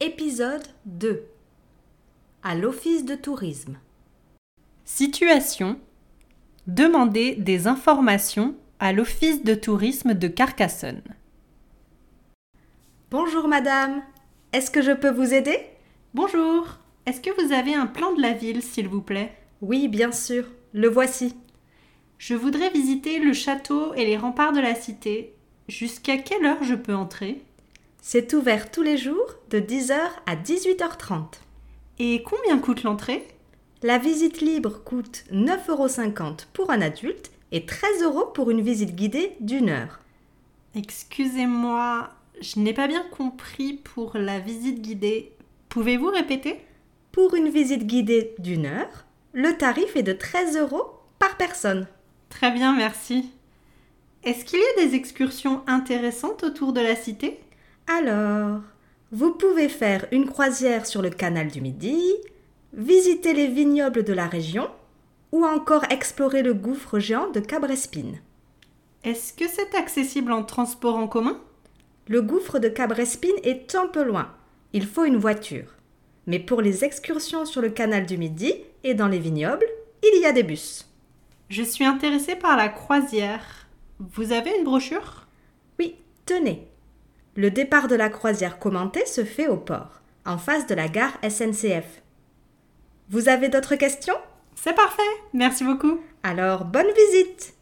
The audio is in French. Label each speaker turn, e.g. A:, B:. A: Épisode 2 À l'office de tourisme.
B: Situation. Demander des informations à l'Office de tourisme de Carcassonne.
A: Bonjour madame, est-ce que je peux vous aider
B: Bonjour, est-ce que vous avez un plan de la ville, s'il vous plaît
A: Oui, bien sûr, le voici.
B: Je voudrais visiter le château et les remparts de la cité. Jusqu'à quelle heure je peux entrer
A: C'est ouvert tous les jours de 10h à 18h30.
B: Et combien coûte l'entrée
A: La visite libre coûte 9,50€ pour un adulte et 13€ pour une visite guidée d'une heure.
B: Excusez-moi, je n'ai pas bien compris pour la visite guidée. Pouvez-vous répéter
A: Pour une visite guidée d'une heure, le tarif est de 13€ par personne.
B: Très bien, merci. Est-ce qu'il y a des excursions intéressantes autour de la cité
A: Alors, vous pouvez faire une croisière sur le canal du Midi, visiter les vignobles de la région ou encore explorer le gouffre géant de Cabrespine.
B: Est-ce que c'est accessible en transport en commun
A: Le gouffre de Cabrespine est un peu loin, il faut une voiture. Mais pour les excursions sur le canal du Midi et dans les vignobles, il y a des bus.
B: Je suis intéressée par la croisière. Vous avez une brochure
A: Oui, tenez. Le départ de la croisière commentée se fait au port, en face de la gare SNCF. Vous avez d'autres questions
B: C'est parfait, merci beaucoup.
A: Alors, bonne visite